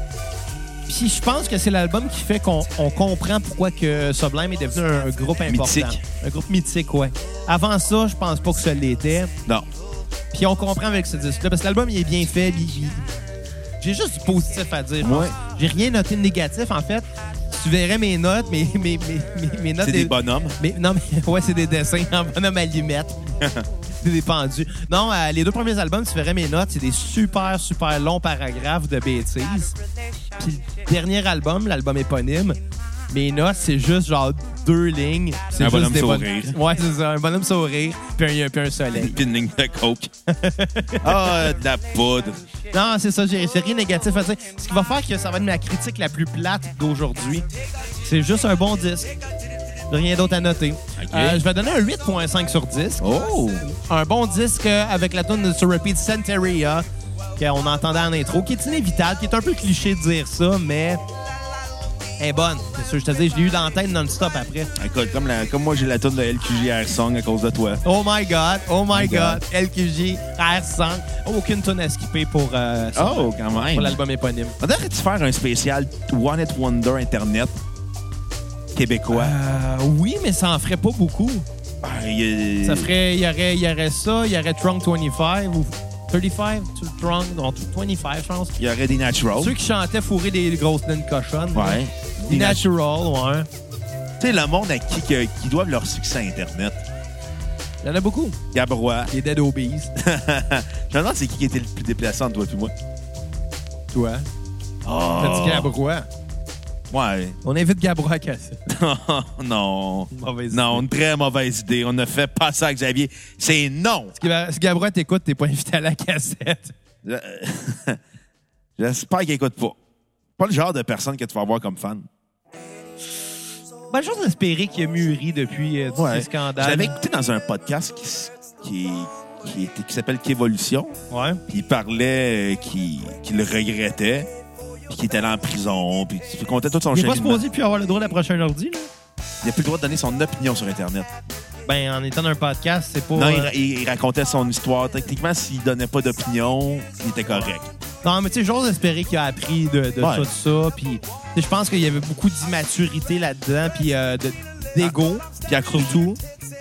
Puis je pense que c'est l'album qui fait qu'on on comprend pourquoi que Sublime est devenu un, un groupe important. Mythique. Un groupe mythique, ouais. Avant ça, je pense pas que ça l'était. Non. Puis on comprend avec ce disque-là, parce que l'album, il est bien fait. puis il- J'ai juste du positif à dire. je pense. Ouais. J'ai rien noté de négatif, en fait. Tu verrais mes notes, mes, mes, mes, mes- mes notes... C'est des de- bonhommes. mais non, mais ouais, c'est des dessins en bonhomme à lunettes. c'est des pendus. Non, euh, les deux premiers albums, tu verrais mes notes, c'est des super, super longs paragraphes de bêtises. Puis le dernier album, l'album éponyme, mes notes, c'est juste genre deux lignes. C'est Un juste bonhomme des bonnes- sourire. Ouais, c'est ça. Un bonhomme sourire, puis un, puis un soleil. Puis une ligne de coke. Ah, de la poudre. Non, c'est ça, j'ai j'ai rien de négatif à dire. Ce qui va faire que ça va être ma critique la plus plate d'aujourd'hui. C'est juste un bon disque. Rien d'autre à noter. Euh, je vais donner un 8.5 sur 10. Oh! un bon disque euh, avec la tune de sur repeat Santeria qu'on entendait en intro, qui est inévitable, qui est un peu cliché de dire ça, mais elle est bonne. C'est sûr, je te dis, je l'ai eu dans la tête non-stop après. Écoute, comme, la- comme moi, j'ai la toune de LQJR Song à cause de toi. Oh my God, oh my my God, God. LQJ, R100, aucune tune à skipper pour, euh, ça, Oh, quand même. pour l'album éponyme. On devrait-tu faire un spécial One It Wonder Internet québécois? Ah. Euh, oui, mais ça en ferait pas beaucoup. Ah, il y a- Ça ferait, il y aurait, il y aurait ça, il y aurait Trunk 25 ou 35, tu- Trunk, non, 25, je pense. Il y aurait des naturals. Ceux qui chantaient fourrer des grosses naines cochonnes. Ouais. Oh. Des Des nat- natural, ouais. Tu sais, le monde à qui, que- qui doivent leur succès à Internet. Il y en a beaucoup. Gabrois. Les Dead Obies. Je me demande c'est qui qui était le plus déplaçant de toi et moi. Toi. Oh. T'as dit Gabrois. Ouais. On invite Gabrois à casser. non. Mauvaise idée. non, une très mauvaise idée. On a fait passer à Xavier. C'est non. Si Gabrois t'écoute, t'es pas invité à la cassette. Je- J'espère qu'il écoute pas. Pas le genre de personne que tu vas avoir comme fan. Ben, j'ose espérer qu'il a mûri depuis euh, tous ces scandales. J'avais écouté dans un podcast qui, s- qui, qui, était- qui s'appelle Qu'évolution. Ouais. Puis il parlait euh, qu'il qu'il le regrettait, puis qu'il était allé en prison, puis il comptait tout son Il est pas cheminement. supposé plus avoir le droit d'approcher un ordi, là. Il n'a plus le droit de donner son opinion sur Internet. Ben, en étant un podcast, c'est pas. Non, il, euh, il- il racontait son histoire. Techniquement, s'il donnait pas d'opinion, il était correct. Non, mais tu sais, j'ose espérer qu'il a appris de, de Ouais. ça, de ça. Puis, tu sais, je pense qu'il y avait beaucoup d'immaturité là-dedans, puis euh, de- d'ego, Puis à surtout.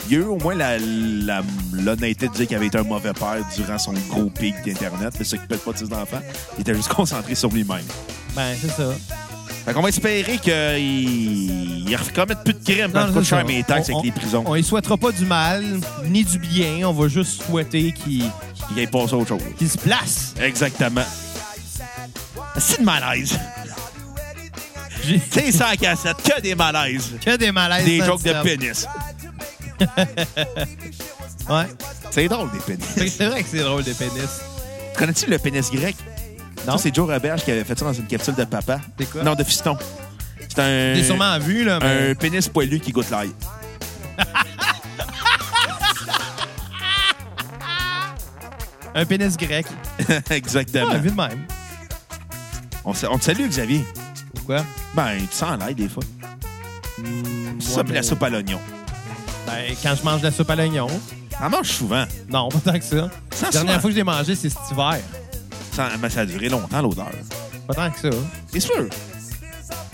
il y a eu au moins la- la- l'honnêteté de dire qu'il avait été un mauvais père durant son gros pic d'Internet, mais ça qui pas de ses enfants. Il était juste concentré sur lui-même. Ben, c'est ça. Fait qu'on va espérer qu'il ne recommette plus de crimes. Non, parce que c'est je ça. faire mes taxes On- avec les on- prisons. On ne souhaitera pas du mal, ni du bien. On va juste souhaiter qu'il Il ait passé à autre chose. qu'il se place. Exactement. C'est de malaise. J'ai C'est ça la cassette, que des malaises. que des malaises. Des dans jokes le de cerveau. pénis. Ouais. C'est drôle, des pénis. C'est- C'est vrai que c'est drôle, des pénis. Connais-tu le pénis grec? Non. Ça, c'est Joe Roberge qui avait fait ça dans une capsule de papa. C'est quoi? Non, de fiston. C'est un... J'ai sûrement vu, là. Mais... Un pénis poilu qui goûte l'ail. Un pénis grec. Exactement. Ah, vu de même. on, sa- on te salue, Xavier. Pourquoi? Ben, tu sens l'ail des fois. ça, Ouais, puis la ben- soupe à l'oignon. Ben, quand je mange de la soupe à l'oignon. T'en manges souvent. Non, pas tant que ça. Ça, La dernière ça. fois que je l'ai mangé, c'est cet hiver. Ça, mais ça a duré longtemps, l'odeur. Pas tant que ça. C'est sûr.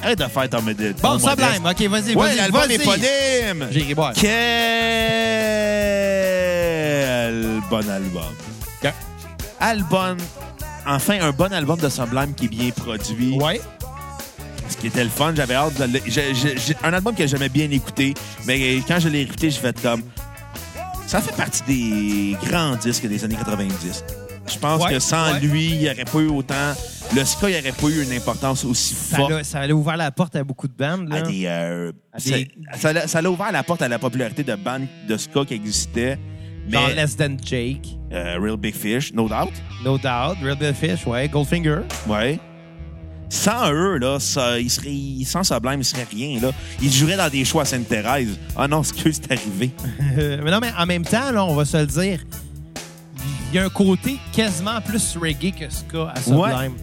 Arrête de faire ton modèle. Bon, Sublime. OK, vas-y, Ouais, vas-y, l'album vas-y. éponyme. J'irai boire. Quel bon album. Ok. Album. Enfin, un bon album de Sublime qui est bien produit. Ouais. Ce qui était le fun, j'avais hâte. de le- j'ai- j'ai- j'ai- un album que j'aimais bien écouter, mais quand je l'ai écouté, j'ai fait comme. Ça fait partie des grands disques des années 90. Je pense Ouais, que sans ouais. lui, il n'y aurait pas eu autant. Le ska, il n'y aurait pas eu une importance aussi Ça forte. l'a- ça a ouvert la porte à beaucoup de bandes, à là. des, euh, À des- ça- Ça l'a ça l'a ouvert la porte à la popularité de bandes de ska qui existaient. Genre Mais Less Than Jake. euh, Real Big Fish, No Doubt. No doubt. Real Big Fish, ouais. Goldfinger. Ouais. Sans eux, là, ça, ils seraient, ils- sans Sublime, ils seraient rien. Là. Ils joueraient dans des choix à Sainte-Thérèse. Ah non, ce que c'est arrivé. Euh, mais non, mais en même temps, là, on va se le dire, il y a un côté quasiment plus reggae que ska à Sublime.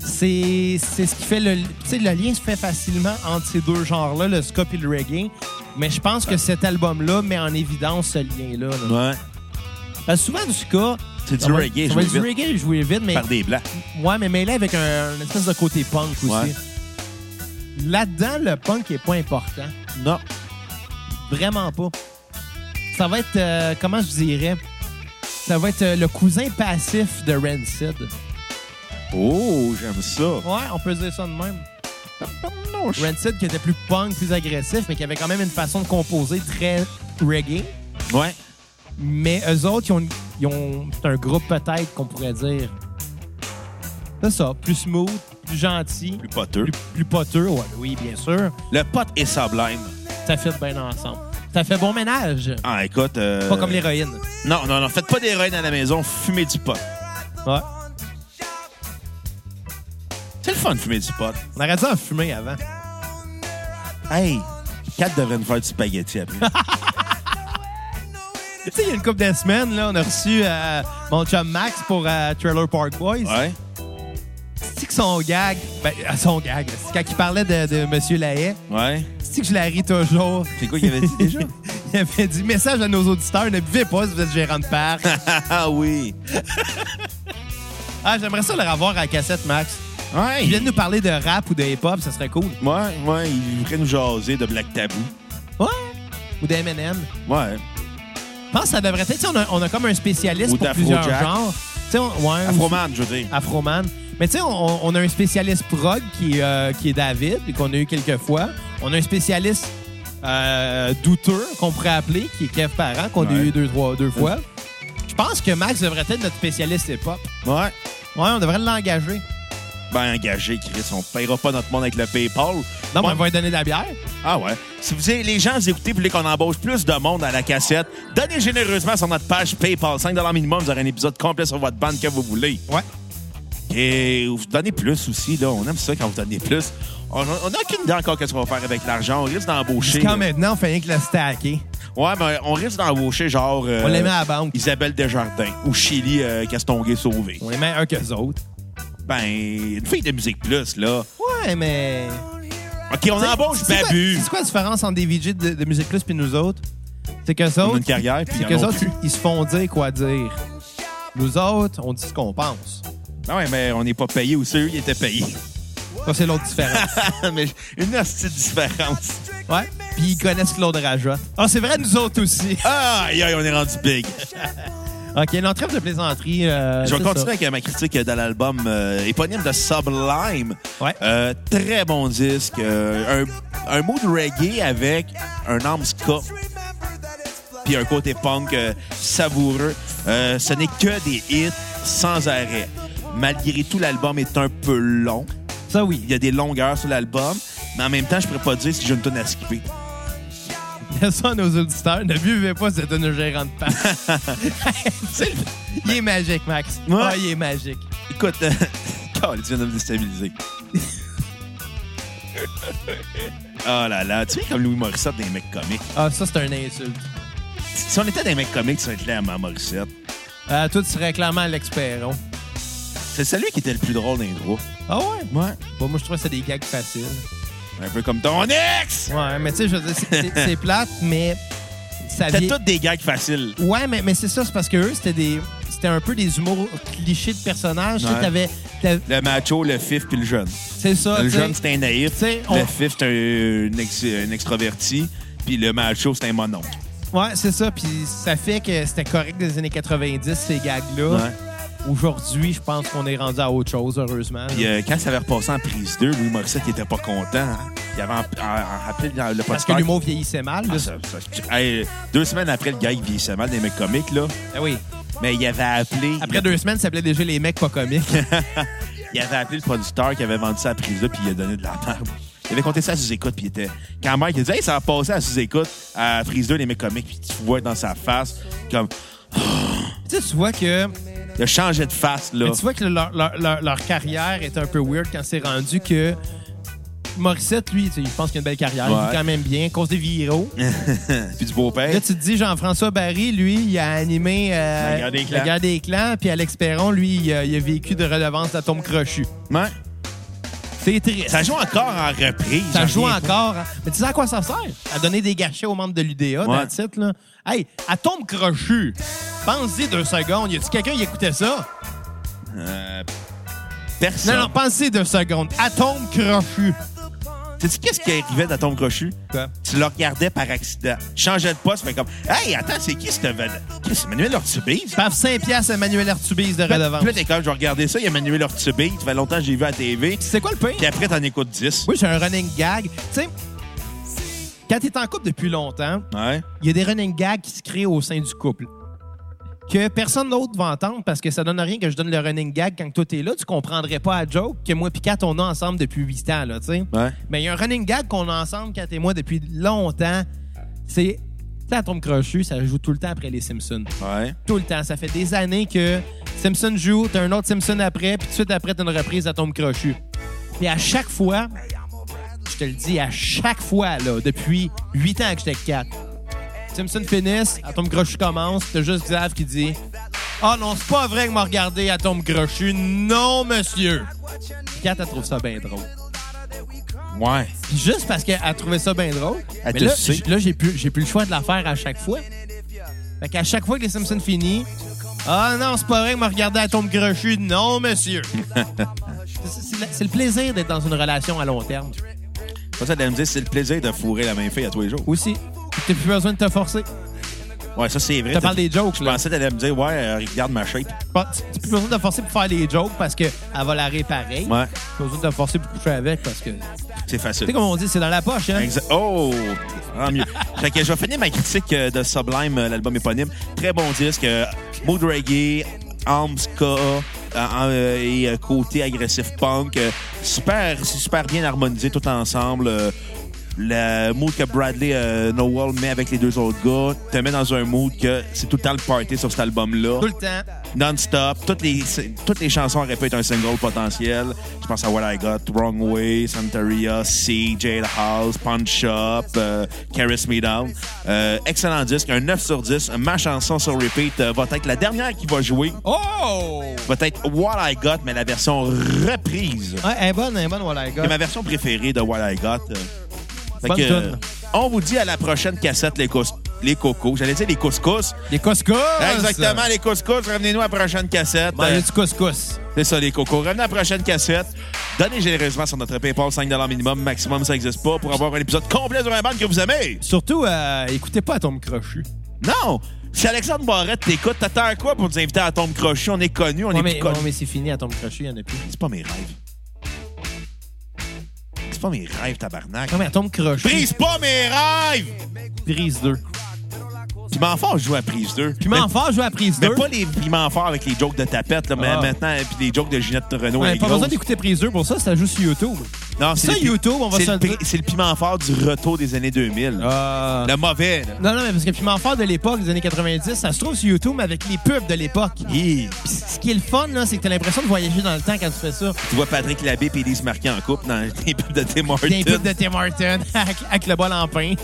C'est c'est ce qui fait le... Tu sais, le lien se fait facilement entre ces deux genres-là, le ska et le reggae. Mais je pense que cet album-là met en évidence ce lien-là. là. Ouais. Parce que souvent, du ska... C'est du ça va- reggae, ça va joué être du vite. reggae joué vite, mais... Par des blancs. Ouais, mais mêlé avec un, une espèce de côté punk aussi. Ouais. Là-dedans, le punk est pas important. Non. Vraiment pas. Ça va être, euh, comment je dirais, ça va être euh, le cousin passif de Rancid. Oh, j'aime ça. Ouais, on peut dire ça de même. Rancid qui était plus punk, plus agressif, mais qui avait quand même une façon de composer très reggae. Ouais. Mais eux autres, ils ont, une- ils ont- c'est un groupe peut-être qu'on pourrait dire. C'est ça, plus smooth, plus gentil, Plus poteux. plus, plus poteux. Ouais, oui, bien sûr. Le pote est Sublime. Ça fait bien ensemble. Ça fait bon ménage. Ah, écoute. euh, Pas comme l'héroïne. Non, non, non. Faites pas d'héroïne à la maison. Fumez du pot. Ouais. C'est le fun de fumer du pot. On aurait dû en fumer avant. Hey, Kat devrait nous faire du spaghetti après. Tu sais, il y a une couple de semaines, là, on a reçu euh, mon chum Max pour euh, Trailer Park Boys. ouais. Tu sais que son gag, ben, euh, son gag, c'est quand il parlait de, de M. Lahaye, Ouais. tu sais que je la ris toujours. C'est quoi qu'il avait dit déjà? il avait dit message à nos auditeurs, ne buvez pas si vous êtes gérant de parc. ah oui. ah, j'aimerais ça le revoir à la cassette, Max. Ouais. Il vient de nous parler de rap ou de hip-hop, ça serait cool. Ouais, ouais, il voudrait nous jaser de Black Tabou. Ouais. Ou de M&M. Ouais. Je pense que ça devrait être. tu sais, On a, on a comme un spécialiste Ou pour d'Afro plusieurs Jack. genres. Tu sais, on- ouais, ou- Afroman, je veux dire. Afroman. Mais tu sais, on, on a un spécialiste prog qui, euh, qui est David, et qu'on a eu quelques fois. On a un spécialiste euh, douteux qu'on pourrait appeler, qui est Kev Parent, qu'on a Ouais. eu deux, trois, deux fois. Je pense que Max devrait être notre spécialiste hip-hop. Ouais. Ouais, on devrait l'engager. Ben, engagé, Chris. On paiera pas notre monde avec le PayPal. Non, mais Ouais. on va lui donner de la bière. Ah ouais. Si vous avez- les gens vous écoutez, vous voulez qu'on embauche plus de monde à la cassette, donnez généreusement sur notre page PayPal. 5 minimum, vous aurez un épisode complet sur votre bande que vous voulez. Ouais. Et vous donnez plus aussi, là. On aime ça quand vous donnez plus. On on n'a aucune idée encore qu'est-ce qu'on va faire avec l'argent. On risque d'embaucher. Jusqu'à maintenant, on fait rien que le stacker. Ouais, mais on risque d'embaucher genre. euh, On les met à la banque. Isabelle Desjardins ou Chili euh, Castonguay Sauvé. On les met un que les autres. Ben, une fille de musique plus, là. Ouais, mais. OK, on embauche C'est quoi- Babu. C'est quoi la différence entre des VJ de, de Musique Plus et nous autres? C'est que ça On a une carrière, puis C'est ils qu'eux en ont autres, plus. ils- ils se font dire quoi dire. Nous autres, on dit ce qu'on pense. Non, Ah ouais, mais on n'est pas payé aussi. Eux, ils étaient payés. Ça, c'est l'autre différence. mais une hostie de différence. ouais. Puis ils connaissent Claude Rajotte. Ah, c'est vrai, nous autres aussi. Ah, aïe, aïe, on est rendu big. OK, l'entrée de plaisanterie. euh, Je vais c'est continuer ça. avec euh, ma critique euh, de l'album euh, éponyme de Sublime. Ouais. Euh, très bon disque. euh, un, un mood reggae avec un arme ska. puis un côté punk euh, savoureux. Euh, ce n'est que des hits sans arrêt. Malgré tout, l'album est un peu long. Ça, oui. Il y a des longueurs sur l'album, mais en même temps, je pourrais pas dire si j'ai une tonne à skipper. ça à nos auditeurs. Ne buvez pas cette une gérante de passe. C'est le- il est magique, Max. Ouais. Ah, il est magique. Écoute, euh, Carl, tu viens de me déstabiliser. oh là là, tu es comme Louis Morissette des mecs comiques. Ah, ça, c'est un insulte. Si on était des mecs comiques, tu serais clairement Morissette. Euh, toi, tu serais clairement Alex Perron. C'est celui qui était le plus drôle des trois. Ah ouais? Ouais. Bon, moi, je trouve que c'est des gags faciles. Un peu comme ton ex! Ouais, mais tu sais, je veux dire, c'est- c'est- c'est plate, mais ça C'était vient... toutes des gags faciles. Ouais, mais, mais c'est ça, c'est parce que eux, c'était des. C'était un peu des humours clichés de personnages. Tu sais, Ouais. t'avais- t'avais- Le macho, le fif puis le jeune. C'est ça, Le tu sais. jeune, c'est un naïf. Tu sais, Ah, on- Le fif, c'est un, un ex- un extraverti. Puis le macho, c'est un mononcle. Ouais, c'est ça. Puis ça fait que c'était correct des années 90, ces gags-là. Ouais. Aujourd'hui, je pense qu'on est rendu à autre chose, heureusement. Puis euh, quand ça avait repassé en prise 2, Louis Morissette, il était pas content. hein. Il avait en, en- en rappelé dans le parce podcast. que l'humour vieillissait mal. là. Ah, ça- ça- tu- hey, deux semaines après, le gars, il vieillissait mal des mecs comiques, là. Ah oui. Mais il avait appelé. Après deux semaines, ça s'appelait déjà Les mecs pas comiques. Il avait appelé le producteur qui avait vendu sa prise 2 puis il a donné de la merde. Il avait compté ça à sous-écoute, puis il était. Quand Mike, il dit Hey, ça a passé à sous-écoute, à prise 2, les mecs comiques, puis tu vois dans sa face, comme. tu sais, tu vois que, Il a changé de face, là. mais tu vois que leur, leur- leur- leur carrière est un peu weird quand c'est rendu que. Morissette, lui, tu sais, je pense qu'il a une belle carrière. Il Ouais. vit quand même bien, à cause des viraux. puis du beau-père. Là, tu te dis, Jean-François Barry, lui, il a animé euh, La guerre des clans. des clans, puis Alex Perron, lui, il a, il a vécu de redevance à tombe crochue. Ouais. C'est triste. Ça, Ça joue encore en reprise. J'en joue reviens pas. encore. hein. Mais tu sais à quoi ça sert? À donner des gâchets aux membres de l'UDA, dans Ouais. le titre, là. Hey, à tombe crochue, pense-y deux secondes. Y a-tu quelqu'un qui écoutait ça? Euh, Non, personne. non, pense-y deux secondes. À tombe crochue. Sais-tu qu'est-ce qui arrivait dans ton crochu? Quoi? Tu le regardais par accident. Tu changeais de poste, mais comme, hey, attends, c'est qui ce vedette? Qui, C'est Manuel Ortubise? Paf 5 piastres à Emmanuel Artubise de Puis redevance. là, t'es comme, je vais regarder ça, il y a Manuel Ortubise. Ça fait longtemps que j'ai vu à la TV. C'est quoi le pain? Puis après, t'en écoutes 10. Oui, j'ai un running gag. Tu sais, quand t'es en couple depuis longtemps, Ouais. il y a des running gags qui se créent au sein du couple. Que personne d'autre va entendre parce que ça donne rien que je donne le running gag quand toi t'es là. Tu comprendrais pas la joke que moi pis Kat, on a ensemble depuis 8 ans, là, tu sais. Ouais. Mais il y a un running gag qu'on a ensemble, Kat et moi, depuis longtemps. C'est. tu sais, La tombe crochue, ça joue tout le temps après les Simpsons. Ouais. Tout le temps. Ça fait des années que Simpson joue, t'as un autre Simpson après, puis tout de suite après, t'as une reprise à tombe crochue. Puis à chaque fois, je te le dis, à chaque fois, là, depuis 8 ans que j'étais 4, Simpson finisse, Atom Grochu commence, t'as juste Xav qui dit Ah non, c'est pas vrai que m'a regardé Atom Grochu, non monsieur! Puis Kat, elle trouve ça bien drôle. Ouais. Puis juste parce qu'elle a trouvé ça bien drôle, Elle mais te là, suit. j- là, j'ai plus, j'ai plus le choix de la faire à chaque fois. Fait qu'à chaque fois que les Simpsons finissent, ah non, c'est pas vrai que m'a regardé à tombe Grochu, non monsieur! C'est- c'est la- c'est le plaisir d'être dans une relation à long terme. Ça, ça me dire, c'est le plaisir de fourrer la même fille à tous les jours. Aussi, t'as plus besoin de te forcer. Ouais, ça, c'est vrai. Je te parle des jokes, Je là. pensais que t'allais me dire, ouais, euh, regarde ma shape. Pas- tu- Tu peux besoin de te forcer pour faire des jokes parce qu'elle va la réparer. Ouais, Pas besoin de te forcer pour coucher avec parce que. Tu c'est facile. sais, comme on dit, c'est dans la poche, hein? Exa- Oh! Tant mieux. fait que je vais finir ma critique euh, de Sublime, euh, l'album éponyme. Très bon disque. euh, Mood reggae, arms, ska euh, euh, et euh, côté agressif punk. euh, super, c'est super bien harmonisé tout ensemble. euh, le mood que Bradley euh, Nowell met avec les deux autres gars te met dans un mood que c'est tout le temps le party sur cet album-là. Tout le temps. non-stop. Toutes les, toutes les chansons auraient pu être un single potentiel. Je pense à What I Got, Wrong Way, Santeria, C, Jailhouse, Punch Up, euh, Caress Me Down. Euh, excellent disque, un 9 sur 10. Ma chanson sur repeat euh, va être la dernière qui va jouer. Oh! Va être What I Got, mais la version reprise. Ouais, elle est bonne, elle est bonne, voilà, les gars. C'est ma version préférée de What I Got. Euh, fait Bonne que, euh, tune. on vous dit à la prochaine cassette, les, cous- les cocos. J'allais dire les couscous. Les couscous! Exactement, les couscous. Revenez-nous à la prochaine cassette. Euh, Manger du couscous. c'est ça, les cocos. Revenez à la prochaine cassette. Donnez généreusement sur notre PayPal 5 minimum, maximum, ça n'existe pas, pour avoir un épisode complet sur un bande que vous aimez. Surtout, euh, écoutez pas Tom Crochu. Non! Si Alexandre Barrette t'écoute, t'attends quoi pour nous inviter à Tombe Crochu? On est connu, on Ouais, est mais, plus connu. ouais, mais c'est fini, Tom Crochu, il y en a plus. C'est pas mes rêves. C'est pas mes rêves, tabarnak. Non, mais Tom Crochu. Prise pas mes rêves! Prise 2. Piment fort, je joue à prise 2. Piment fort, je joue à prise Mais 2. pas les piments forts avec les jokes de tapette, là, mais Ah. maintenant, et puis les jokes de Ginette Renault. Ouais, pas besoin d'écouter prise 2 pour ça, ça joue sur YouTube. Non, Ça, le pi- YouTube, on va c'est se le pi- dire. C'est le piment fort du retour des années 2000. Euh... Le mauvais, là. Non, non, mais parce que Piment Fort de l'époque, des années 90, ça se trouve sur YouTube mais avec les pubs de l'époque. Hi. Puis Ce qui est le fun, là, c'est que t'as l'impression de voyager dans le temps quand tu fais ça. Tu vois Patrick Labbé et Elise Marquis en couple dans les pubs de Tim Hortons. Des pubs de Tim Hortons avec, avec le bol en pain.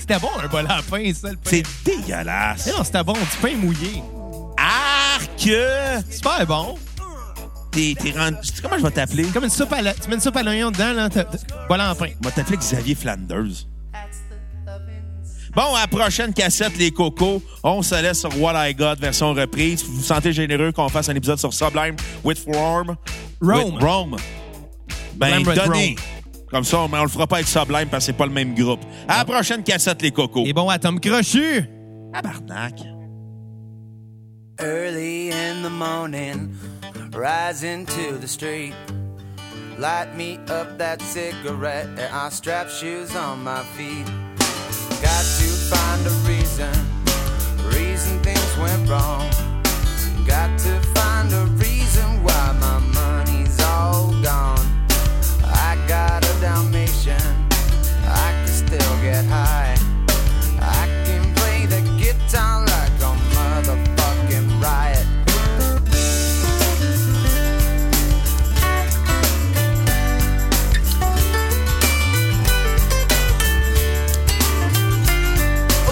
c'était bon, un bol en pain, ça, le pain. C'est dégueulasse. Eh Non, c'était bon, du pain mouillé. Arc! Super bon. T'es t'es rendu... Comment je vais t'appeler? Comme une soupe à la- Tu mets une soupe à l'oignon dedans, là, t'as- t'as- bol en pain. Je vais t'appeler Xavier Flanders. Bon, à la prochaine cassette, les cocos. On se laisse sur What I Got, version reprise. Vous vous sentez généreux qu'on fasse un épisode sur Sublime, With Form, Rome. With Rome. Ben, Sublime with donnez. Comme ça, on, on le fera pas avec Sublime parce que c'est pas le même groupe. À la prochaine cassette, les cocos. Et bon, à Tom Crochu! Tabarnak. Early in the morning, rising to the street. Light me up that cigarette, and I strap shoes on my feet. Got to find a reason, reason things went wrong. Got to find a reason why my money's all gone. I got a Dalmatian, I can still get high. I can play the guitar like a motherfucking riot.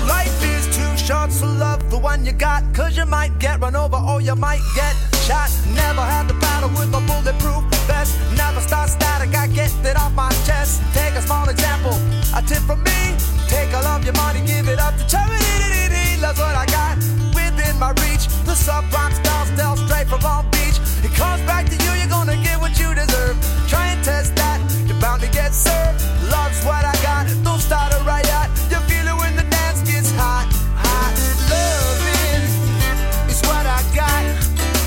Life is too short, so love the one you got. Cause you might get run over or you might get shot. Never had the battle with my bulletproof vest. Never start static, I get it off my chest. Take a small example, a tip from me. Take all of your money, give it up to charity. Love what I got within my reach. The subprime style, still straight from Long Beach. It comes back to you, you're gonna get what you deserve. Try and test that, you're bound to get served. Love's what I got, don't start a riot. You feel it when the dance gets hot, hot. Love is, is what I got.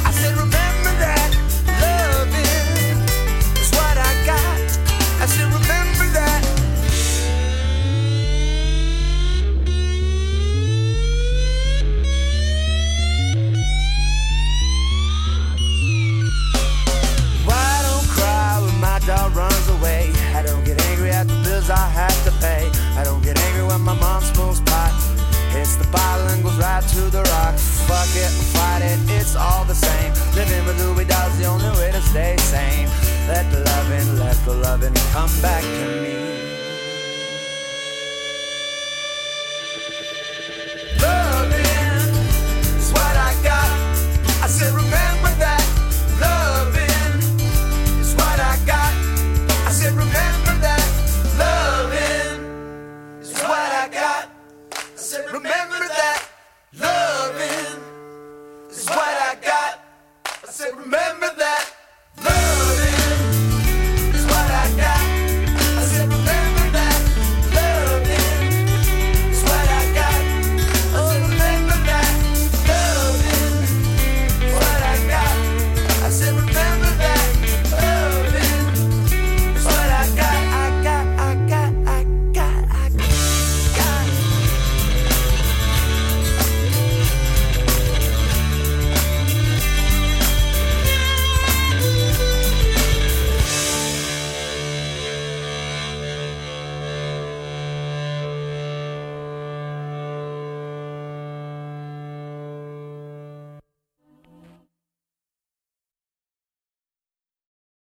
I said, remember that. Love is, is what I got. I said, remember that. Why don't cry when my dog runs away? I don't get angry at the bills I have to pay. I don't get angry when my mom smokes pot. Hits the bottle and goes right to the rock. Fuck it, fight it, it's all the same. Living with Louis Doll's the only way to stay sane. Let the loving, let the loving come back to me.